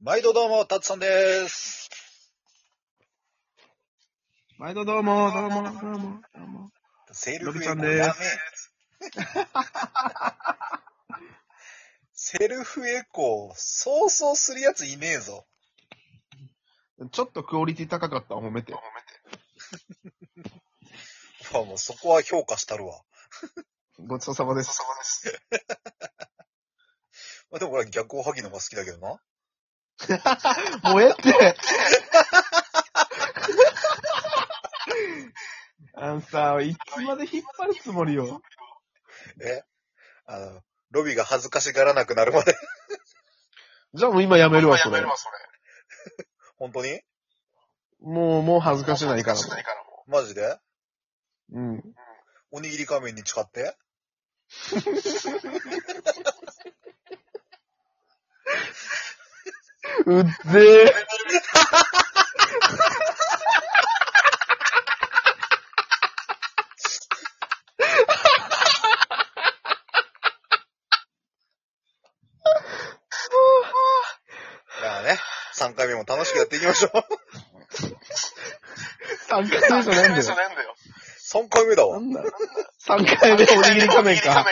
毎度どうも、たつさんです。毎度どうも、どうも、どうも、どうも。セルフエのゴびやちゃんめです。セルフエコー、そうそうするやついねえぞ。ちょっとクオリティ高かった、褒めて。まあもうそこは評価したるわ。ごちそうさまです。まあでも俺は逆おはぎの方が好きだけどな。もうええ ってあのさ、いつまで引っ張るつもりよ。えあの、ロビが恥ずかしがらなくなるまで。 じゃあもう今やめるわ、それ。本当にもう、もう恥ずかしないから。マジでうん。おにぎり仮面に誓ってうっぜえ。じゃあね、3回目も楽しくやっていきましょう。 3回目じゃないんだよ。 3回目だなわ。んだ3回目おにぎり仮面か。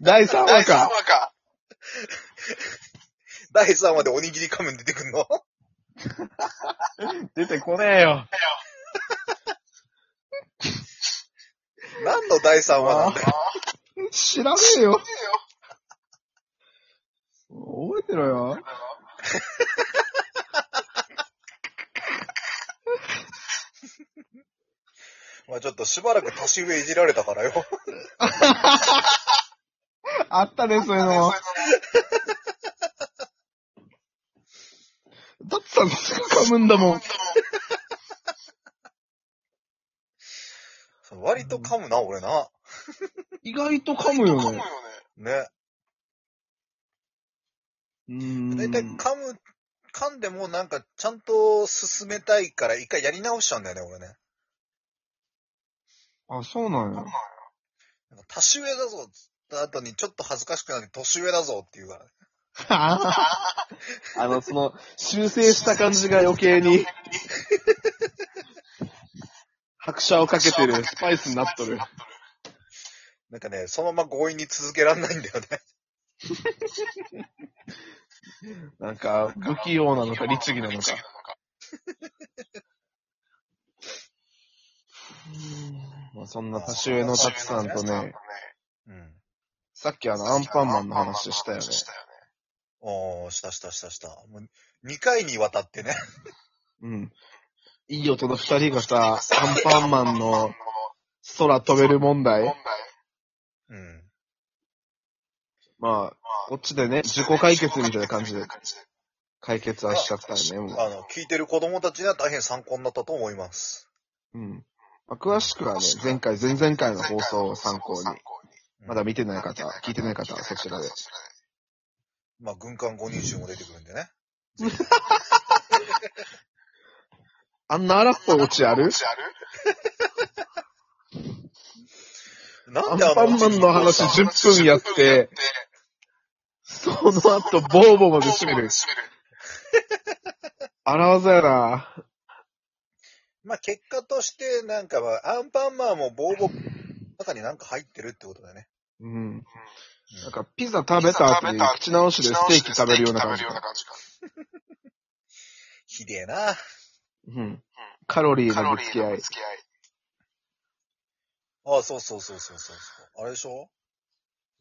第3話か。第3話でおにぎり仮面出てくんの 出てこねえよ。何の第3話なんだよ。知らねえよ。覚えてろよ。まあちょっとしばらく年上いじられたからよ。 あったね、そういうのも。だってさ、すぐ噛むんだもん。割と噛むな、俺な。意外と噛むよね。ね。うーん。だいたい噛む、噛んでもなんかちゃんと進めたいから一回やり直しちゃうんだよね、俺ね。あ、そうなんや。なんか年上だぞ、って後にちょっと恥ずかしくなって年上だぞって言うからね。 あの、その、修正した感じが余計に。拍車をかけてるスパイスになっとる。なんかね、そのまま強引に続けらんないんだよね。 なんか、不器用なのか、律儀なのか。まあ、そんな年上のたくさんとね、うん。さっきあの、アンパンマンの話したよね。おー、したしたしたした。もう2回にわたってね。 うん。いい大人二人がさ、アンパンマンの空飛べる問題。うん。まあ、こっちでね、自己解決みたいな感じで解決はしちゃったよね、もあの、聞いてる子供たちには大変参考になったと思います。う。うん。まあ、詳しくはね、前回、前々回の放送を参考に。まだ見てない方、聞いてない方はそちらで。まあ、軍艦5人衆も出てくるんでね。あんな荒っぽいオチあるなアんンであの、パンマンの話10分やって、その後、ボーボーまで締める。荒技やな。まあ、結果として、なんか、まあ、アンパンマンもボーボー中になんか入ってるってことだね。うん。なんか、ピザ食べた後に口直しでステーキ食べるような感じか。ひでえな。うん。カロリーのぶつけ合い。ああ、そうそうそうそうそうそう。あれでしょ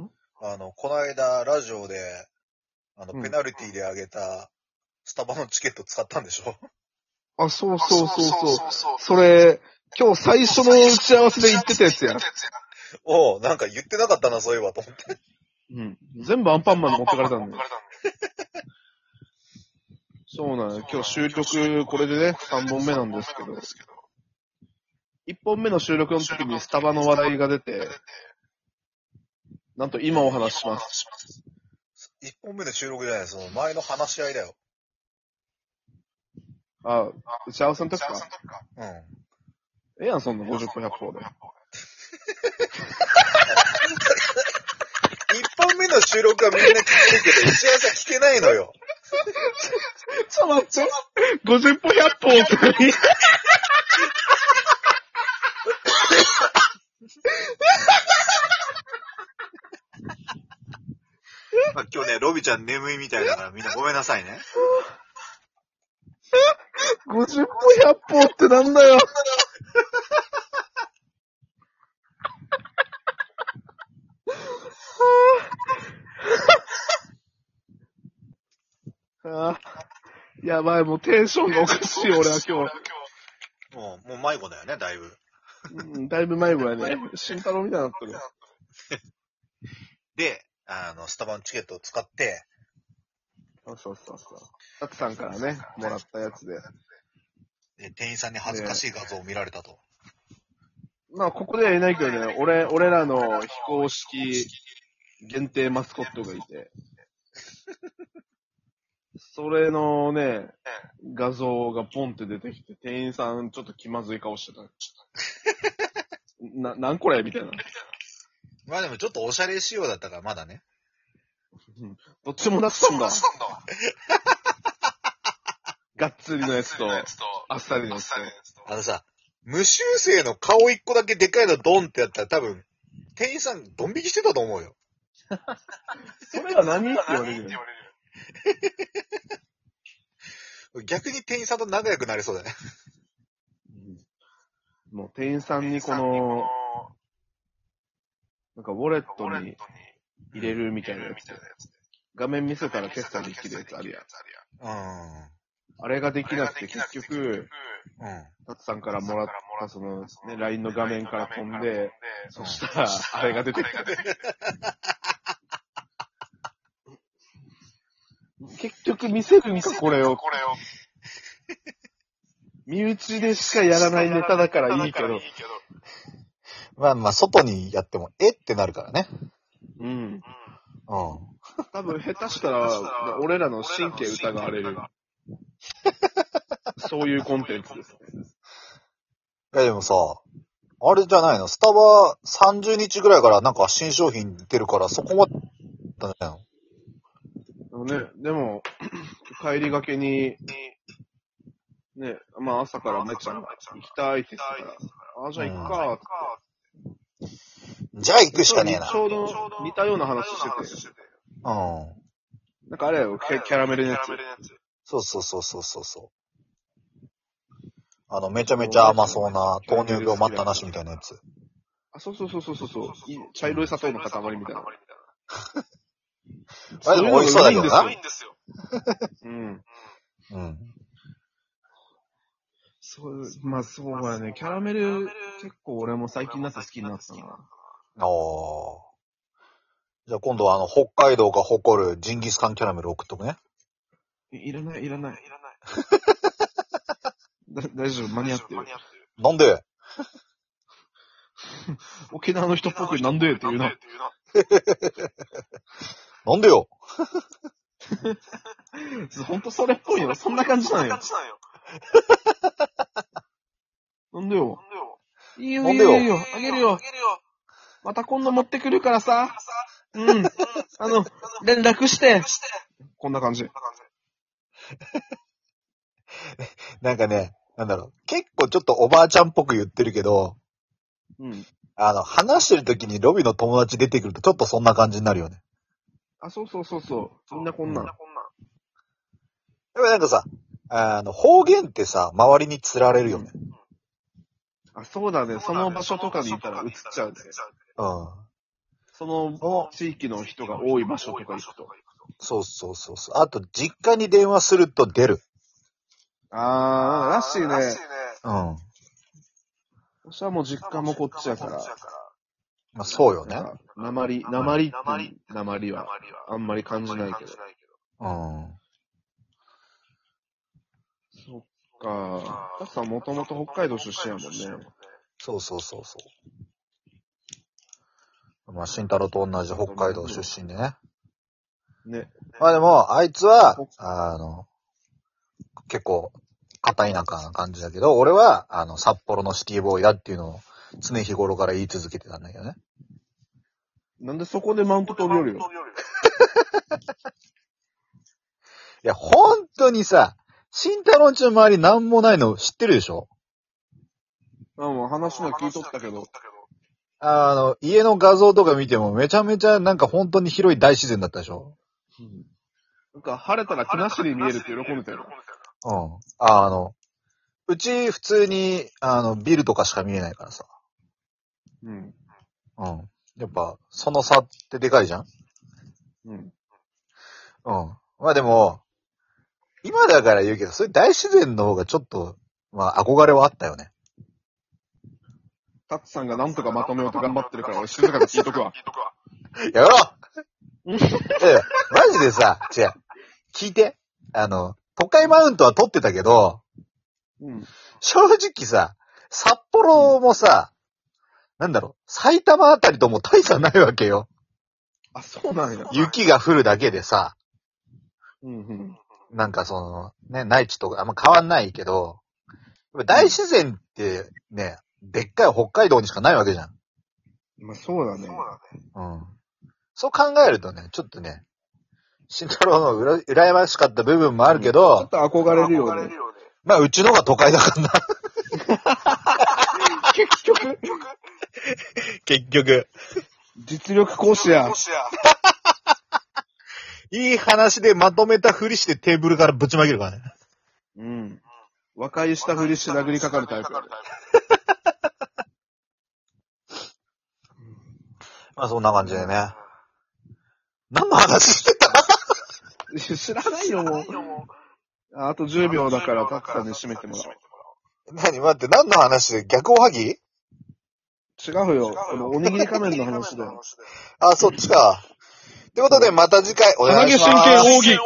んあの、この間、ラジオで、あの、うんペナルティであげた、スタバのチケット使ったんでしょ あ、そうそうそうそう。それ、今日最初の打ち合わせで言ってたやつや。おう、なんか言ってなかったな、そういえば、と思って。うん。全部アンパンマンに持ってかれたんだよ。そうなのよ。今日収録、これでね、3本目なんですけど。1本目の収録の時にスタバの話題が出て、なんと今お話しします。一本目の収録じゃない、その前の話し合いだよ。あ、打ち合わせの時か。うん。ええやん、そんな50分100歩で。一本本目の収録はみんな聞いてるけど、石原さん聞けないのよ。ちょっと待って。50歩100歩送り。まあ、 今日ね、ロビちゃん眠いみたいだからみんなごめんなさいね。 50歩100歩ってなんだよ。 あーやばい、もうテンションがおかしい、俺は今日。もう、もう迷子だよね、だいぶ。うん、 だいぶ迷子やね。慎太郎みたいになってる。で、あの、スタバのチケットを使って、そうそうそうそう。たくさんからね、もらったやつで。で店員さんに恥ずかしい画像を見られたと。まあ、ここでは言えないけどね、俺、俺らの非公式限定マスコットがい て。それのね、画像がポンって出てきて、店員さんちょっと気まずい顔してた。な、なんこれみたいな。まあでもちょっとおしゃれ仕様だったからまだね。どっちもなったんだ。がっつりのやつと、あっさりのやつと。あのさ、無修正の顔一個だけでかいのドンってやったら多分、店員さんドン引きしてたと思うよ。それは何って言われるよ。逆に店員さんと仲良くなりそうだね。もう店員さんにこの、なんかウォレットに入れるみたいなやつ。画面見せたら決済できるやつあるやん。うん。あれができなくて結局、うん。タツさんからもらったそのね、LINE の画面から飛んで、うんそしたら、 あれが出てきた。結局見せるんか、これを。これを。身内でしかやらないネタだからいいけど。まあまあ、外にやっても、えってなるからね。うん。うん。多分下手したら、俺らの神経疑われる。そういうコンテンツです。いやでもさ、あれじゃないの、スタバ30日ぐらいからなんか新商品出るからそこまでだったの。あのね、で も、帰りがけに、ね、まあ朝からめっちゃんが行きたいって言ってたから、あ、じゃあ行くかってじゃあ行くしかねえな。ちょうど似たような話してて。うん。なんかあれよ、キャキャラメルのやつ。そうそうそうそうそうそう。あの、めちゃめちゃ甘そうな糖尿病待ったなしみたいなやつ。あ、そうそうそうそうそうそういい茶色い砂糖の塊みたいな。あれでも美味しそうだけどなないんですよ。うん。うん。そう、まあそうやね。キャラメル、結構俺も最近になって好きになったな。ああ。じゃあ今度はあの、北海道が誇るジンギスカンキャラメル送っとくね。いいらない、いらない。だ大丈夫、間に合ってる。なんで沖縄の人っぽくなんでっていうな。なんでよほんとそれっぽいよ。そんな感じなんよ。なんだよ。いいよ、いいよ、いいよ。あげるよ。また今度持ってくるからさ。うん。あの、連絡して。こんな感じ。なんかね、なんだろう。結構ちょっとおばあちゃんっぽく言ってるけど、うん。あの、話してる時にロビの友達出てくるとちょっとそんな感じになるよね。あ、そうそうそうそう。みんなこんなん。でもなんかさ、あの、方言ってさ、周りに釣られるよね。あ、そうだね。その場所とかにいたら映っちゃうね。うん。その地域の人が多い場所とか行くと。そうそうそうそう。あと、実家に電話すると出る。あー、らしいね。うん。ま私はもう実家もこっちやから。あ、そうよね。鉛、鉛って、鉛はあんまり感じないけど。うん。そっか。タクさんもともと北海道出身やもんね。そうそうそうそう。まあ、慎太郎と同じ北海道出身でね。ね。まあでも、あいつは、あの、結構、片田舎な感じだけど、俺は、あの、札幌のシティボーイだっていうのを常日頃から言い続けてたんだけどね。なんでそこでマウント取れるよ。いや、ほんとにさ、慎太郎んちの周りなんもないの知ってるでしょあもう話の聞いとったけど。あの、家の画像とか見てもめちゃめちゃなんか本当に広い大自然だったでしょなんか晴れたら木梨に見えるって喜んでたよ。うん。あの、うち普通に、あの、ビルとかしか見えないからさ。うん。うん。やっぱ、その差ってでかいじゃんうん。うん。まあでも、今だから言うけど、そういう大自然の方がちょっと、まあ憧れはあったよね。タツさんがなんとかまとめようと頑張ってるから、 俺静かに聞いとくわ。やめろう んいやいやマジでさ、違う。聞いて。あの、都会マウントは取ってたけど、うん。正直さ、札幌もさ、なんだろう、埼玉あたりとも大差ないわけよ。あ、そうなんや。雪が降るだけでさ、うんうん。なんかその、ね、内地とかあんま変わんないけど、やっぱ大自然ってね、でっかい北海道にしかないわけじゃん。まあそうだね。うん。そう考えるとね、ちょっとね、慎太郎のうら羨ましかった部分もあるけど、ちょっと憧れるよね。まあ、うちのが都会だからな。 結局、結局。実力講師や。いい話でまとめたふりしてテーブルからぶちまけるからね。うん。和解したふりして殴りかかるタイプやね。まあ、そんな感じでね。何の話してた いや知らないよ、もう。ああと10秒だから、タツさんに締めてもら何待って、何の話で逆おはぎおう。違うよ。このおにぎり仮面の話だよ。あ、そっちか。ということで、また次回お願いします。鼻毛神経奥義